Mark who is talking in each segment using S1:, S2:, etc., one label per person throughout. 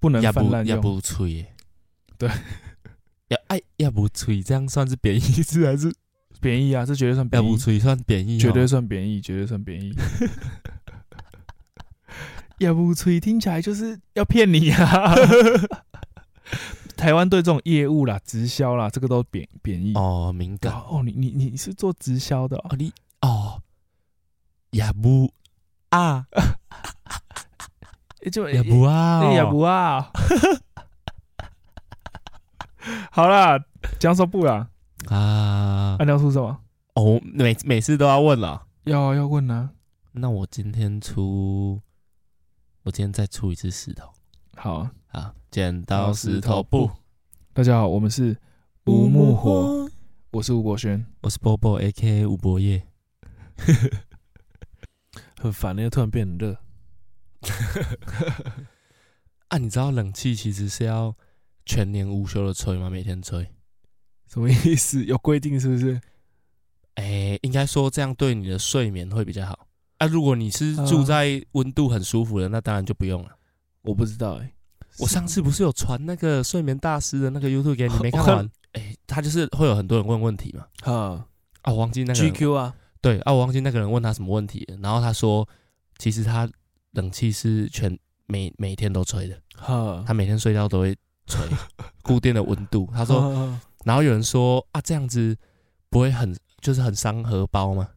S1: 不能
S2: 要
S1: 泛
S2: 不
S1: 滥
S2: 要
S1: 用。
S2: 不吹耶，
S1: 对，
S2: 要哎要不吹，这样算是贬义字 还是
S1: 贬义啊，这绝对算
S2: 要
S1: 贬义
S2: 不，吹算贬义哦？
S1: 绝对算贬义，绝对算贬义。 要不吹听起来就是要骗你 啊！台湾对这种业务啦、直销啦，这个都贬贬义。
S2: 哦，敏感
S1: 哦，你你你是做直销的、哦
S2: 哦，？你哦，也不啊，
S1: 哎诶就
S2: 也不啊哦，
S1: 那也不啊。 好啦，江说不啦，
S2: 啊
S1: 啊，你要出什么？
S2: 哦，每每次都要问了。
S1: 要啊，要问啊。
S2: 那我今天出，我今天再出一次石头
S1: 好，
S2: 啊，剪刀石头布，
S1: 大家好，我们是吴木火，，我是吴博轩。
S2: 我是 Bobo A K A 吴博业，
S1: 很烦，那个突然变很热。
S2: 啊，你知道冷气其实是要全年无休的吹吗？每天吹？
S1: 什么意思？有规定是不是？
S2: 哎、应该说这样对你的睡眠会比较好。啊，如果你是住
S1: 啊
S2: 在温度很舒服的，那当然就不用了。
S1: 我不知道哎、
S2: 我上次不是有传那个睡眠大师的那个 YouTube 给你，没看
S1: 我看
S2: 完？哎、他就是会有很多人问问题嘛。
S1: 啊
S2: 啊，我忘记那个人
S1: ，GQ 啊，
S2: 对啊，我忘记那个人问他什么问题了，然后他说，其实他冷气是全每每天都吹的，
S1: 哈，
S2: 他每天睡觉都会 吹固定的温度。他
S1: 他
S2: 说，然后有人说啊，这样子不会很就是很伤荷包吗？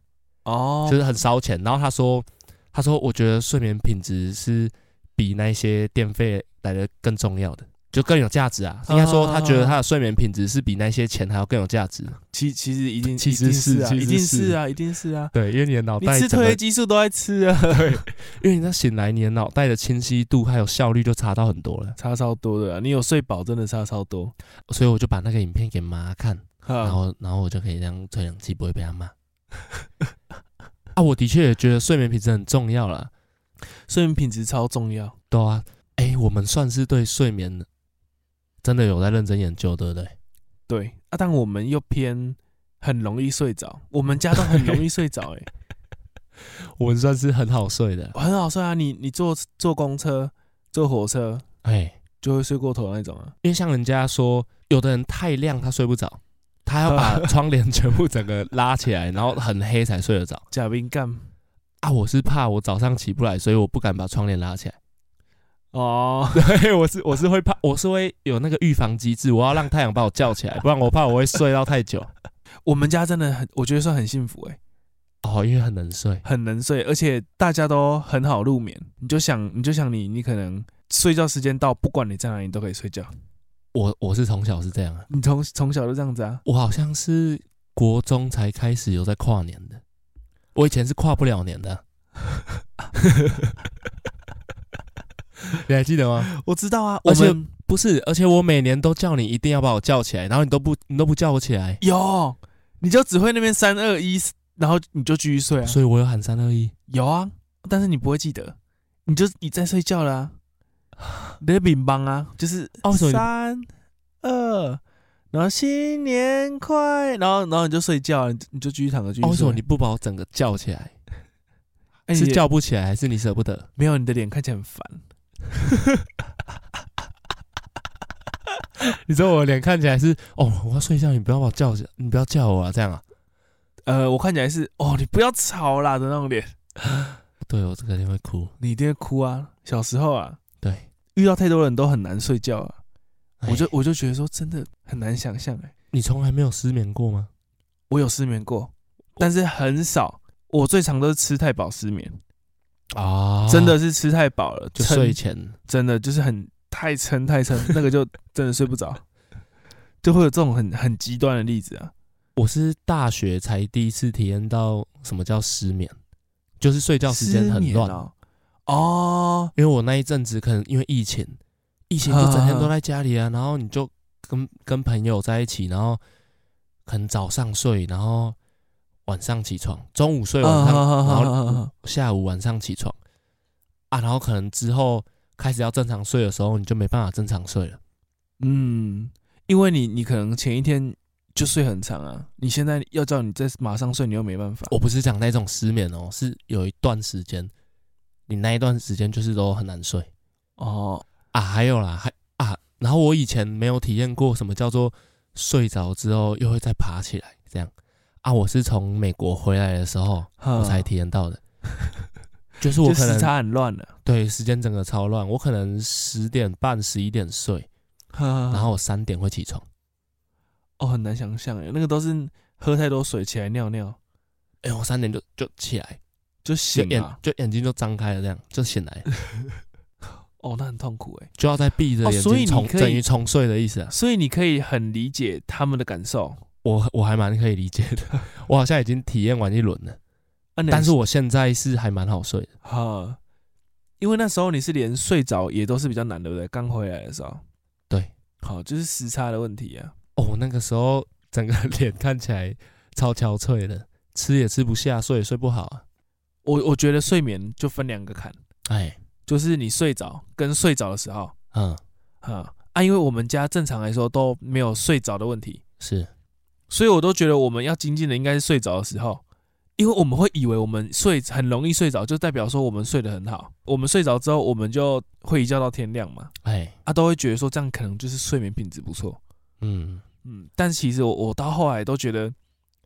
S1: 哦，
S2: 就是很烧钱。然后他说，他说我觉得睡眠品质是比那些电费来的更重要的。就更有价值啊！应该说，他觉得他的睡眠品质是比那些钱还要更有价值。
S1: 其其实一定
S2: 其实
S1: 一定是啊，
S2: 是
S1: 一
S2: 其实
S1: 定
S2: 是哦
S1: 是啊，一定是啊。
S2: 对，因为你的脑
S1: 你
S2: 袋
S1: 吃
S2: 整
S1: 褪
S2: 个
S1: 黑激素都在吃啊，对，
S2: 因为你在醒来，你的脑袋的清晰度还有效率就差到很多了，
S1: 差超多的啊。你有睡饱，真的差超多。
S2: 所以我就把那个影片给妈看，然
S1: 哈，
S2: 后然后我就可以这样吹冷气，不会被她骂。 啊，我的确也觉得睡眠品质很重要啦。
S1: 睡眠品质超重要。
S2: 对啊，哎、我们算是对睡眠真的有在认真研究，对不对？
S1: 对啊，但我们又偏很容易睡着，我们家都很容易睡着、欸，
S2: 我们算是很好睡的，
S1: 哎，很好睡啊。你你坐坐公车、坐火车
S2: 哎、
S1: 就会睡过头那种啊。
S2: 因为像人家说，有的人太亮他睡不着，他要 把窗帘全部整个拉起来，然后很黑才睡得着。
S1: 贾冰干
S2: 啊，我是怕我早上起不来，所以我不敢把窗帘拉起来。
S1: 哦，
S2: 对， 我是我是会怕，我是会有那个预防机制，我要让太阳把我叫起来，不然我怕我会睡到太久。
S1: 我们家真的很，我觉得算很幸福哎、
S2: 哦，因为很能睡，
S1: 很能睡，而且大家都很好入眠。你就想，你就想你，你可能睡觉时间到，不管你在哪里，你都可以睡觉。
S2: 我我是从小是这样啊，
S1: 你从从小就这样子啊？
S2: 我好像是国中才开始有在跨年的，我以前是跨不了年的啊、你还记得吗？
S1: 我知道啊，
S2: 而
S1: 我
S2: 且
S1: 们
S2: 不是，而且我每年都叫你一定要把我叫起来，然后你都不你都不叫我起来，
S1: 有，你就只会那边三二一，然后你就继续睡啊。
S2: 所以我有喊三二一。
S1: 有啊，但是你不会记得，你就你在睡觉 了啊，你在饼帮啊，就是
S2: 哦为什么你
S1: 三二，然后新年快，然后然后你就睡觉，你就你就继续躺着继续
S2: 哦，
S1: 睡。
S2: 为什么你不把我整个叫起来？
S1: 哎
S2: 是
S1: 你
S2: 叫不起来，还是你舍不得？
S1: 没有你的脸看起来很烦，
S2: 你知道我的脸看起来是哦，我要睡觉，你不要把我叫起，你不要叫我啊，这样啊？
S1: 呃，我看起来是哦，你不要吵啦的那种脸，
S2: 对我这个脸会哭，
S1: 你一定会哭啊。小时候啊，
S2: 对，
S1: 遇到太多人都很难睡觉啊，
S2: 哎
S1: 我就我就觉得说真的很难想象哎、
S2: 你从来没有失眠过吗？
S1: 我有失眠过，但是很少。我最常都是吃太饱失眠，
S2: 啊
S1: 真的是吃太饱了，
S2: 就
S1: 撑
S2: 睡前
S1: 真的就是很太撑太 撑，那个就真的睡不着，就会有这种很很极端的例子啊。
S2: 我是大学才第一次体验到什么叫失眠，就是睡觉时间
S1: 失
S2: 很
S1: 眠
S2: 乱，
S1: 哦，哦，
S2: 因为我那一阵子可能因为疫情，疫情就整天都在家里啊，然后你就跟跟朋友在一起，然后可能早上睡，然后晚上起床，中午睡，
S1: 啊
S2: 晚上、然后
S1: 后
S2: 下午晚上起床啊，然后可能之后开始要正常睡的时候，你就没办法正常睡了。
S1: 嗯，因为你你可能前一天就睡很长啊，你现在要叫你再马上睡，你又没办法。
S2: 我不是讲那种失眠哦，是有一段时间，你那一段时间就是都很难睡
S1: 哦，
S2: 啊，还有啦，还啊，然后我以前没有体验过什么叫做睡着之后又会再爬起来这样啊，我是从美国回来的时候我
S1: 我
S2: 才体验到的， 就是
S1: 嗯
S2: 我
S1: 就
S2: 可
S1: 时
S2: 能
S1: 差很乱啊了，
S2: 对时间整个超乱，我可能十点半十一点睡，然
S1: 然
S2: 后我三点会起床，
S1: 哦很难想象耶，那个都是喝太多水起来尿尿
S2: 哎、我三点就就起来，
S1: 就
S2: 就
S1: 醒啊
S2: 眼
S1: 了，
S2: 就眼睛就张开了，这样就醒来，
S1: 哦那很痛苦哎，
S2: 就要再闭着
S1: 哦
S2: 眼
S1: 所以
S2: 睛
S1: 你
S2: 重
S1: 可以
S2: 等于重睡的意思啊。
S1: 所以你可以很理解他们的感受，
S2: 我我还蛮可以理解的， 我好像已经体验完一轮了，
S1: 啊你
S2: 但是我现在是还蛮好睡的。
S1: 哈，因为那时候你是连睡着也都是比较难，对不对？刚回来的时候，
S2: 对，
S1: 好就是时差的问题啊，
S2: 哦，那个时候整个 脸看起来超憔悴的，吃也吃不下，睡也睡不好啊。
S1: 我我觉得睡眠就分两个坎，
S2: 哎，
S1: 就是你睡着跟睡着的时候，
S2: 嗯，
S1: 哈啊，因为我们家正常来说都没有睡着的问题，
S2: 是
S1: 所以我都觉得我们要精进的应该是睡着的时候，因为我们会以为我们睡很容易睡着，就代表说我们睡得很好。我们睡着之后，我们就会一觉到天亮嘛，
S2: 哎，
S1: 啊，都会觉得说这样可能就是睡眠品质不错。
S2: 嗯，
S1: 嗯，但其实我我到后来都觉得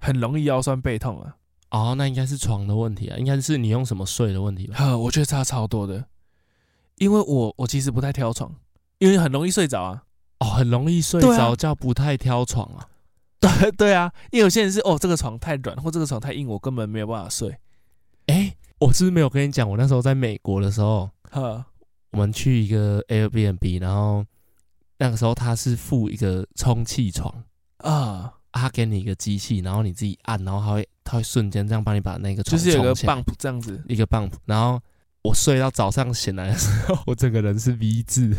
S1: 很容易腰酸背痛啊，
S2: 哦，那应该是床的问题啊，应该是你用什么睡的问题吧？
S1: 呵，我觉得差超多的，因为我我其实不太挑床，因为很容易睡着啊。
S2: 哦，很容易睡
S1: 对啊
S2: 着觉，不太挑床啊。
S1: 对对啊，因为有些人是哦这个床太软或这个床太硬，我根本没有办法睡。
S2: 哎、我是不是没有跟你讲，我那时候在美国的时候，
S1: 呵，
S2: 我们去一个 Airbnb，然后那个时候他是付一个充气床。
S1: 啊，
S2: 啊他给你一个机器，然后你自己按，然后它会它会瞬间这样帮你把那个
S1: 就
S2: 床
S1: 是有个
S2: 冲起来
S1: 棒这样子。
S2: 一个棒，然后我睡到早上醒来的时候，我整个人是 V 字，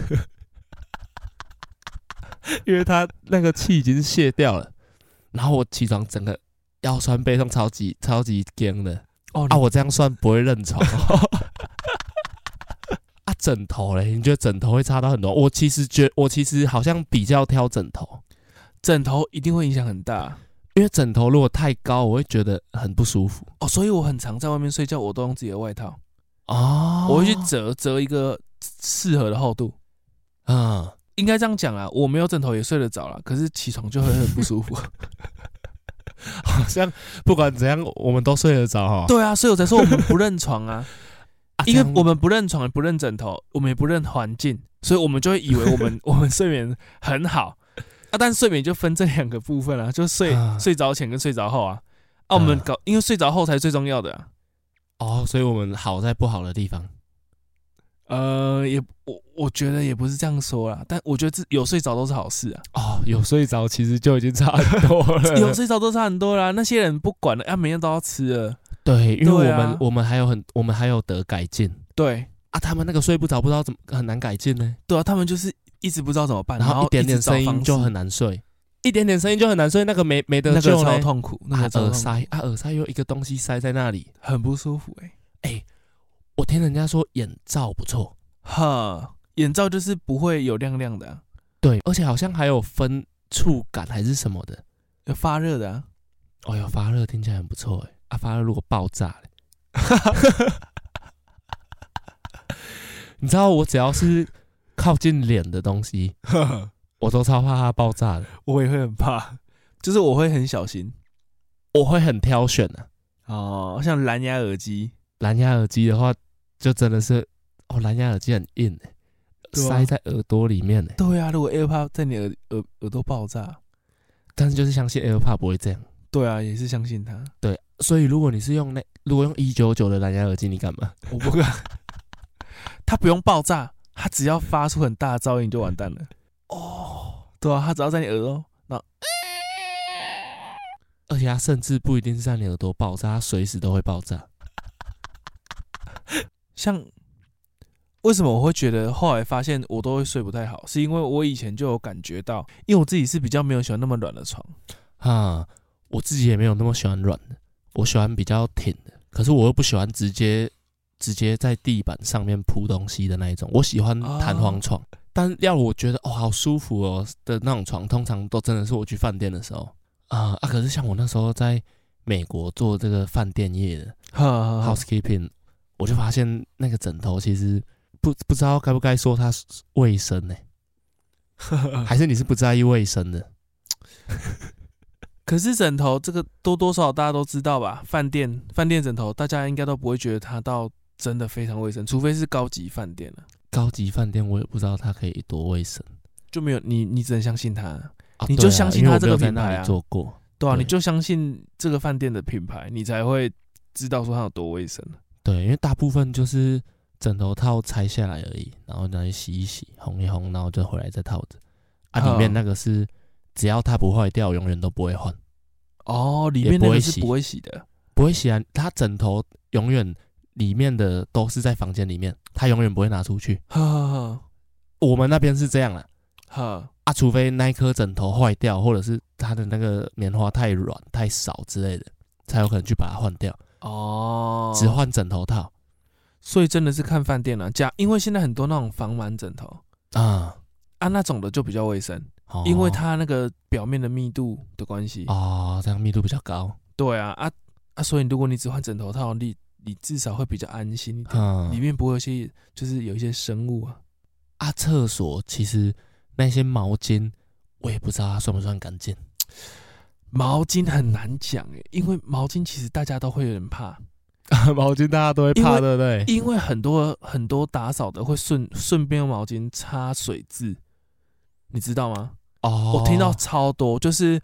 S2: 因为它那个气已经卸掉了，然后我起床整个腰酸背痛，超级超级僵的
S1: 哦，
S2: 啊！我这样算不会认床哦、啊，枕头嘞？你觉得枕头会差到很多？我其实觉，我其实好像比较挑枕头，
S1: 枕头一定会影响很大
S2: 因为枕头如果太高，我会觉得很不舒服。
S1: 哦，所以我很常在外面睡觉，我都用自己的外套，
S2: 哦
S1: 我会去折折一个适合的厚度。
S2: 嗯，
S1: 应该这样讲啦，啊我没有枕头也睡得着啦，可是起床就会很不舒 服。啊
S2: 好像不管怎样，我们都睡得着哈。
S1: 对啊，所以我才说我们不认床 啊，
S2: 啊，
S1: 因为
S2: 这样
S1: 我们不认床，也不认枕头，我们也不认环境，所以我们就会以为我 们我们睡眠很好啊。但睡眠就分这两个部分啊，就睡、
S2: 啊
S1: 睡着前跟睡着后啊。啊，我们
S2: 啊
S1: 搞，因为睡着后才最重要的、啊。
S2: 哦，所以我们好在不好的地方
S1: 呃，也我我觉得也不是这样说啦，但我觉得自有睡着都是好事啊，
S2: 哦，有睡着其实就已经差很多 了。
S1: 有睡着都差很多啦。那些人不管了，啊，每天都要吃了，
S2: 对，因为我
S1: 对
S2: 们、
S1: 啊
S2: 我们还有很我们还有得改进
S1: 对
S2: 啊。他们那个睡不着，不知道怎么很难改进呢。
S1: 对啊，他们就是一直不知道怎么办，
S2: 然
S1: 后
S2: 后一点点
S1: 直找
S2: 声
S1: 方
S2: 音就
S1: 式
S2: 很难睡，一点点声音就很难睡，那个没没
S1: 那
S2: 得
S1: 个
S2: 救
S1: 超
S2: 呢。
S1: 痛苦，那
S2: 啊
S1: 个，超
S2: 耳
S1: 痛
S2: 塞
S1: 苦
S2: 啊，耳塞有一个东西塞在那里。
S1: 很不舒服哎、
S2: 我听人家说眼罩不错，
S1: 哈，眼罩就是不会有亮亮的啊、
S2: 对，而且好像还有分触感还是什么的。
S1: 有发热的、 啊。
S2: 哦哟，发热听起来很不错哎。啊，发热如果爆炸嘞， 你知道我只要是靠近脸的东西，我都超怕它爆炸的。
S1: 我也会很怕，就是我会很小心
S2: 我会很挑选的、啊。
S1: 哦，像蓝牙耳机，
S2: 蓝牙耳机的话，就真的是哦，蓝牙耳机很硬哎，
S1: 对啊
S2: 塞在耳朵里面哎。
S1: 对啊，如果 AirPod 在你耳耳耳朵爆炸，
S2: 但是就是相信 AirPod 不会这样。
S1: 对啊，也是相信它，
S2: 对，所以如果你是用那如果用一九九的蓝牙耳机，你敢吗？
S1: 我不敢， 它不用爆炸，它只要发出很大的噪音就完蛋了。哦，对啊，它只要在你耳朵，那
S2: 而且它甚至不一定是在你耳朵爆炸，它随时都会爆炸。
S1: 像为什么我会觉得后来发现我都会睡不太好，是因为我以前就有感觉到，因为我自己是比较没有喜欢那么软的床。
S2: 啊，我自己也没有那么喜欢软的，我喜欢比较挺的。可是我又不喜欢直接直接在地板上面铺东西的那一种，我喜欢
S1: 哦
S2: 弹簧床。但要我觉得哦好舒服哦的那种床，通常都真的是我去饭店的时候啊啊！可是像我那时候在美国做这个饭店业的
S1: 哈，好哦
S2: housekeeping，、我就发现那个枕头其实不不知道该不该说它是卫生呢、还是你是不在意卫生的？
S1: 可是枕头这个多多少少大家都知道吧？饭店饭店枕头，大家应该都不会觉得它到真的非常卫生，除非是高级饭店了、
S2: 高级饭店我也不知道它可以多卫生。
S1: 就没有你，你只能相信它。
S2: 啊
S1: 你
S2: 对
S1: 就
S2: 啊
S1: 相信
S2: 因为
S1: 它
S2: 我
S1: 这
S2: 没有
S1: 个
S2: 在
S1: 品
S2: 那
S1: 牌
S2: 里
S1: 啊
S2: 做过，
S1: 对啊，
S2: 对
S1: 你就相信这个饭店的品牌，你才会知道说它有多卫生。
S2: 对，因为大部分就是枕头套拆下来而已，然后拿去洗一洗，烘一烘，然后就回来再套着。啊，
S1: 哦
S2: 里面那个是只要它不坏掉，永远都不会换，
S1: 哦，里
S2: 也
S1: 面那个
S2: 不会
S1: 是
S2: 洗
S1: 不会洗的。
S2: 不会洗啊。它枕头永远里面的都是在房间里面，它永远不会拿出去。
S1: 呵呵
S2: 我们那边是这样啦，
S1: 呵呵，
S2: 啊，除非那一颗枕头坏掉，或者是它的那个棉花太软太少之类的，才有可能去把它换掉，
S1: 哦，
S2: 只换枕头套
S1: 所以真的是看饭店了、啊假因为现在很多那种防螨枕头
S2: 啊。
S1: 啊，那种的就比较卫生，
S2: 哦
S1: 因为它那个表面的密度的关系。
S2: 哦，这样密度比较高，
S1: 对啊，啊啊，所以如果你只换枕头套，你你至少会比较安心一点，
S2: 嗯，
S1: 里面不会有一些就是有一些生物啊。
S2: 啊，厕所其实那些毛巾，我也不知道它算不算干净。
S1: 毛巾很难讲诶、因为毛巾其实大家都会有点怕，
S2: 毛巾大家都会
S1: 怕
S2: 对不对？
S1: 因为很多很多打扫的会顺顺便用毛巾擦水渍，你知道吗？
S2: 哦，
S1: 我听到超多，就是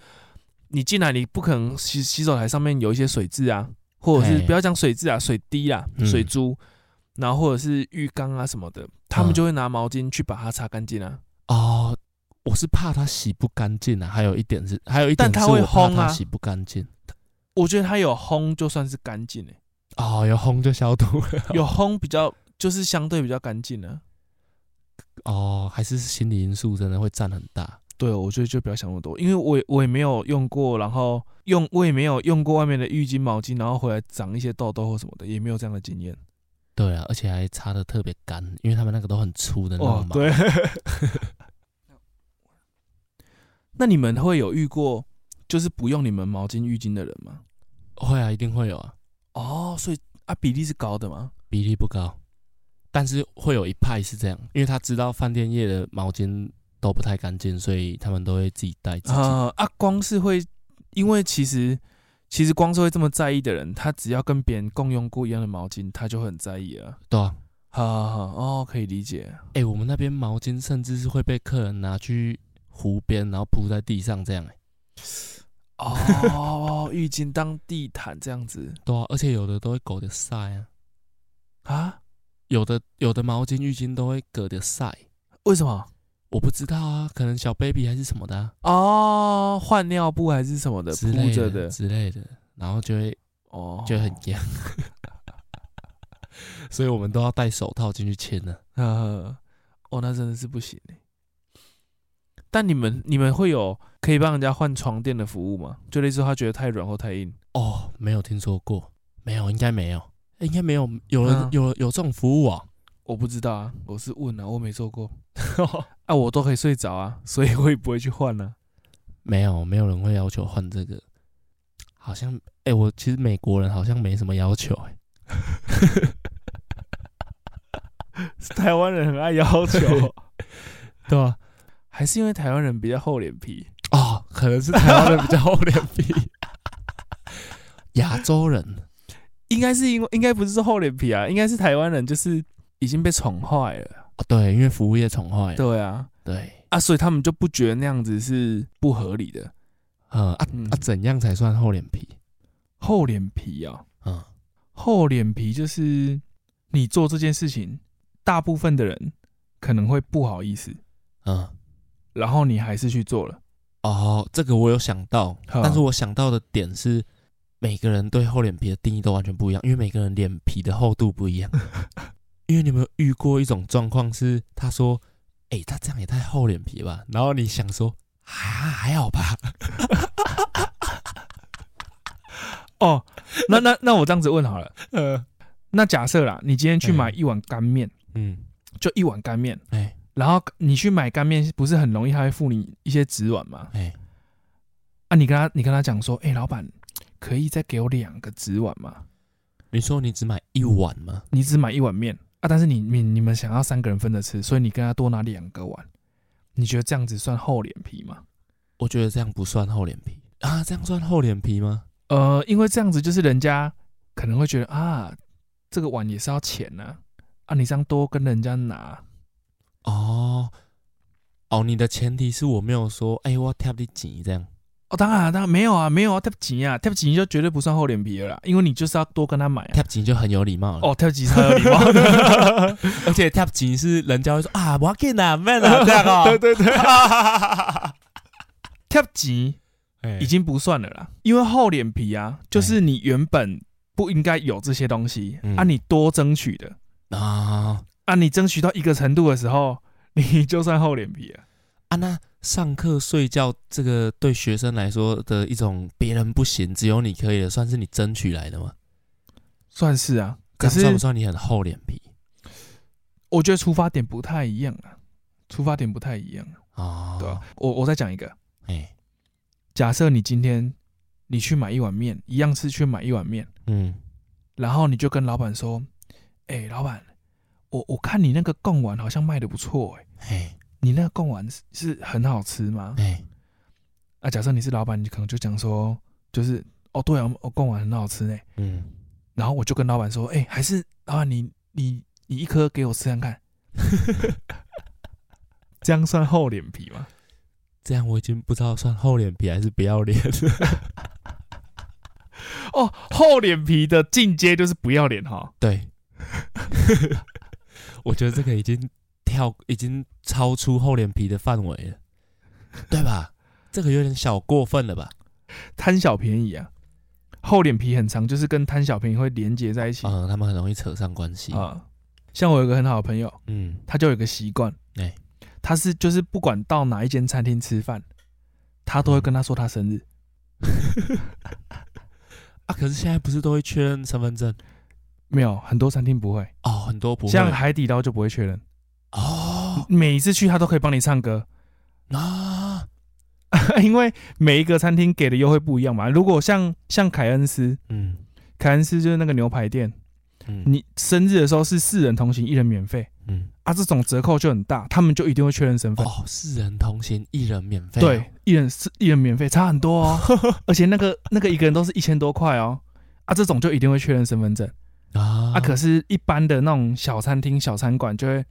S1: 你进来，你不可能洗洗手台上面有一些水渍啊，或者是
S2: 嘿
S1: 不要讲水渍啊，水滴啊，
S2: 嗯
S1: 水珠，然后或者是浴缸啊什么的，他们
S2: 嗯
S1: 就会拿毛巾去把它擦干净啊。
S2: 哦，我是怕它洗不干净啊。还有一点是，还有一
S1: 但
S2: 点
S1: 它
S2: 是
S1: 会
S2: 我怕
S1: 烘啊
S2: 它洗不干净。
S1: 我觉得它有烘就算是干净 诶，
S2: 哦，有烘就消毒 了。
S1: 有烘比较就是相对比较干净啊了。
S2: 哦，还是心理因素真的会占很大。
S1: 对，我觉得就不要想那么多，因为我也我也没有用过，然后用我也没有用过外面的浴巾、毛巾，然后回来长一些痘痘或什么的，也没有这样的经验。
S2: 对啊，而且还擦的特别干，因为他们那个都很粗的那
S1: 哦
S2: 种，毛。
S1: 对。 那你们会有遇过就是不用你们毛巾、浴巾的人吗？
S2: 会啊，一定会有啊，
S1: 哦，所以啊，比例是高的吗？
S2: 比例不高，但是会有一派是这样，因为他知道饭店业的毛巾都不太干净，所以他们都会自己带自己。
S1: 啊、啊，光是会，因为其实其实光是会这么在意的人，他只要跟别人共用过一样的毛巾，他就会很在意了。
S2: 对啊，
S1: 好好好，哦，可以理解。
S2: 哎、我们那边毛巾甚至是会被客人拿去湖边，然后铺在地上这样、欸。
S1: 哦，浴巾当地毯这样子
S2: 对啊，而且有的都会裹着晒啊，
S1: 啊？
S2: 有的有的毛巾、浴巾都会裹着晒，
S1: 为什么？
S2: 我不知道啊，可能小 baby 还是什么的、啊、
S1: 哦，换尿布还是什么的
S2: 之
S1: 呃铺
S2: 类
S1: 着
S2: 的
S1: 的
S2: 之类的，然后就会
S1: 哦，
S2: 就很痒， 所以我们都要戴手套进去签啊呢、
S1: 呃，哦，那真的是不行欸但你们你们会有可以帮人家换床垫的服务吗？就类似他觉得太软或太硬，
S2: 哦，没有听说过，没有，应该没有，欸应该没有，有人、
S1: 嗯
S2: 有有这种服务哦。
S1: 我不知道啊，我是问啊，我没做 过啊，我都可以睡着啊，所以我也不会去换啊。
S2: 没有，没有人会要求换这个。好像，哎、我其实美国人好像没什么要求、欸，
S1: 台湾人很爱要求，
S2: 对吧、
S1: 还是因为台湾人比较厚脸皮
S2: 哦，可能是台湾人比较厚脸皮，亚洲人
S1: 应该是因为应该不是说厚脸皮啊，应该是台湾人就是已经被宠坏了。
S2: 哦，对，因为服务业宠坏了，
S1: 对啊，
S2: 对，
S1: 啊，所以他们就不觉得那样子是不合理的。
S2: 嗯啊
S1: 嗯
S2: 啊，怎样才算厚脸皮？
S1: 厚脸皮啊，
S2: 嗯，
S1: 厚脸皮就是你做这件事情，大部分的人可能会不好意思，
S2: 嗯，
S1: 然后你还是去做了。
S2: 哦，这个我有想到，
S1: 好
S2: 但是我想到的点是，每个人对厚脸皮的定义都完全不一样，因为每个人脸皮的厚度不一样。因为你有没有遇过一种状况是，他说：“哎、他这样也太厚脸皮了吧？”然后你想说：“啊，还好吧。
S1: 哦， 那那那我这样子问好了，”
S2: 呃，
S1: 那假设啦，你今天去买
S2: 嗯
S1: 一碗干面，
S2: 嗯，
S1: 就一碗干面，
S2: 哎、
S1: 然后你去买干面不是很容易，他会付你一些纸碗吗？
S2: 哎、
S1: 啊，你跟他你跟他讲说，哎、老板，可以再给我两个纸碗吗？
S2: 你说你只买一碗吗？
S1: 你只买一碗面，啊，但是你你你们想要三个人分着吃，所以你跟他多拿两个碗，你觉得这样子算厚脸皮吗？
S2: 我觉得这样不算厚脸皮啊，这样算厚脸皮吗？
S1: 呃，因为这样子就是人家可能会觉得啊，这个碗也是要钱呐、啊，啊，你这样多跟人家拿，
S2: 哦，哦，你的前提是我没有说，哎、我 tap 你几这样
S1: 哦，当然啊当然没有啊，没有啊，贴钱啊，贴钱就绝对不算厚脸皮了啦，因为你就是要多跟他买啊。
S2: ，tap 几就很有礼貌了。
S1: 哦，贴钱是很有礼貌的，
S2: 而且 tap 几是人家会说啊，我要给哪 妹了这样哦。
S1: 对对 对，贴钱
S2: 哎
S1: 已经不算了啦，因为厚脸皮啊，就是你原本不应该有这些东西
S2: 嗯
S1: 啊，你多争取的
S2: 啊
S1: 啊，你争取到一个程度的时候，你就算厚脸皮了。
S2: 啊，那上课睡觉这个对学生来说的一种别人不行，只有你可以的，算是你争取来的吗？
S1: 算是啊，可
S2: 这样算不
S1: 是
S2: 算你很厚脸皮
S1: 我觉得出发点不太一样啊，出发点不太一样啊、
S2: 啊？
S1: 对吧、我我再讲一个，
S2: 哎，
S1: 假设你今天你去买一碗面，一样是去买一碗面，
S2: 嗯，
S1: 然后你就跟老板说：“哎、老板，我我看你那个贡丸好像卖的不错、哎，
S2: 哎
S1: 你那个贡丸是是很好吃吗
S2: 哎，？”
S1: 啊，假设你是老板，你可能就讲说，就是哦，对啊，我贡丸很好吃呢、
S2: 嗯，
S1: 然后我就跟老板说：“哎、还是老板你你你一颗给我吃看 看。”这样算厚脸皮吗？
S2: 这样我已经不知道算厚脸皮还是不要脸了。
S1: 哦，厚脸皮的进阶就是不要脸哈。
S2: 对， 我觉得这个已经跳，已经超出厚脸皮的范围了，对吧？这个有点小过分了吧？
S1: 贪小便宜啊，厚脸皮很长，就是跟贪小便宜会连接在一起啊、
S2: 嗯，他们很容易扯上关系。
S1: 像我有一个很好的朋友，
S2: 嗯，
S1: 他就有一个习惯，
S2: 哎
S1: 他是就是不管到哪一间餐厅吃饭，他都会跟他说他生日。
S2: 啊，可是现在不是都会确认身份证
S1: 没有很多餐厅不会，
S2: 哦，很多不会
S1: 像海底捞就不会确认。
S2: 哦
S1: 每一次去他都可以帮你唱歌，
S2: 啊，
S1: 因为每一个餐厅给的优惠不一样嘛。如果像像凯恩斯，
S2: 嗯
S1: 凯恩斯就是那个牛排店，
S2: 嗯
S1: 你生日的时候是四人同行一人免费
S2: 嗯，
S1: 啊，这种折扣就很大，他们就一定会确认身份。
S2: 哦，四人同行，一人免费、啊
S1: 对，，一人是一人免费，差很多 哦。而且那个那个一个人都是一千多块哦。啊，这种就一定会确认身份证
S2: 啊，
S1: 啊。可是，一般的那种小餐厅、小餐馆就会，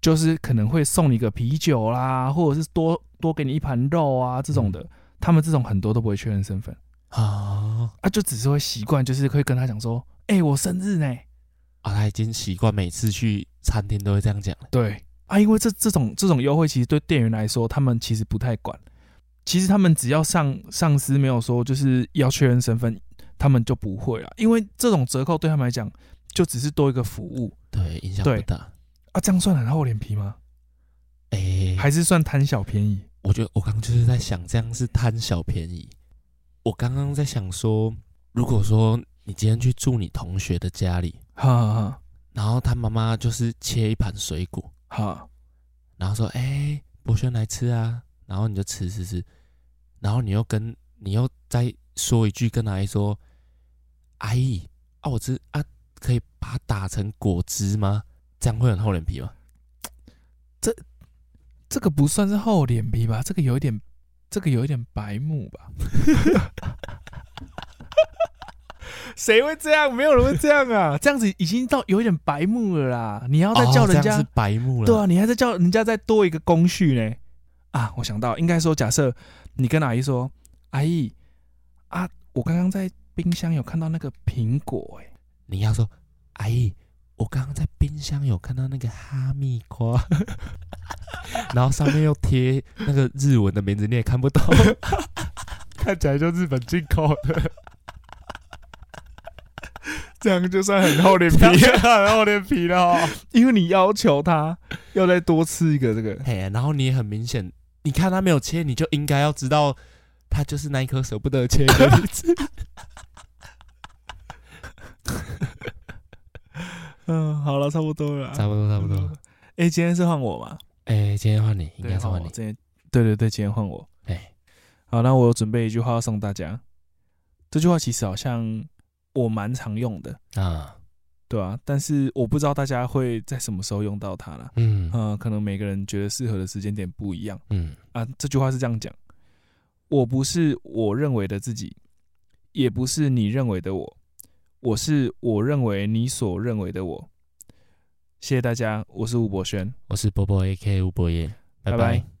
S1: 就是可能会送你个啤酒啦，或者是多多给你一盘肉啊这种的。
S2: 嗯
S1: 他们这种很多都不会确认身份
S2: 啊
S1: 啊，就只是会习惯，就是会跟他讲说：“哎、我生日呢。
S2: 啊，他已经习惯每次去餐厅都会这样讲了”。
S1: 对啊，因为这这种这种优惠其实对店员来说，他们其实不太管。其实他们只要上上司没有说就是要确认身份，他们就不会了，因为这种折扣对他们来讲就只是多一个服务
S2: 对，影响
S1: 对
S2: 不大。
S1: 啊，这样算很厚脸皮吗？
S2: 哎、
S1: 还是算贪小便宜？
S2: 我觉得我刚刚就是在想，这样是贪小便宜。我刚刚在想说，如果说你今天去住你同学的家里，
S1: 哈哈
S2: 然后他妈妈就是切一盘水果，
S1: 哈，
S2: 然后说：“哎、博轩来吃啊。”然后你就吃吃吃，然后你又跟你又再说一句跟阿姨说：“阿姨啊，我吃啊，可以把它打成果汁吗？这样会很厚脸皮吗
S1: 这个不算是厚脸皮吧？这个有一点，这个有一点白目吧？ 谁会这样？没有人会这样啊！这样子已经到有一点白目了啦！你？”要
S2: 哦
S1: 再叫人
S2: 这
S1: 家、
S2: 样是白目了。
S1: 对啊，你还在叫人家再多一个工序呢。啊，我想到，应该说，假设你跟阿姨说，阿姨啊，我刚刚在冰箱有看到那个苹果、欸，
S2: 你要说：“阿姨，我刚刚在冰箱有看到那个哈密瓜， 然后上面又贴那个日文的名字，你也看不懂。
S1: 看起来就日本进口的，这样就算很厚脸皮，很厚脸皮了、哦， 因为你要求他要再多吃一个这个，
S2: 嘿，然后你也很明显，你看他没有切，你就应该要知道他就是那一颗舍不得 切的梨子。
S1: 嗯，好了，差不多了，
S2: 差不多，差 不多。。
S1: 哎、今天是换我吗？
S2: 哎、今天换你，应
S1: 对
S2: 该是换
S1: 我
S2: 你。
S1: 今天对对对，今天换我。
S2: 哎，
S1: 好，那我有准备一句话要送大家。这句话其实好像我蛮常用的，
S2: 啊，
S1: 对啊，但是我不知道大家会在什么时候用到它啦。
S2: 嗯
S1: 嗯、可能每个人觉得适合的时间点不一样
S2: 嗯
S1: 啊。这句话是这样讲：我不是我认为的自己，也不是你认为的我，我是我认为你所认为的我。谢谢大家，我是吴博轩。
S2: 我是波波 A K 吴博业，拜
S1: 拜
S2: 拜
S1: 拜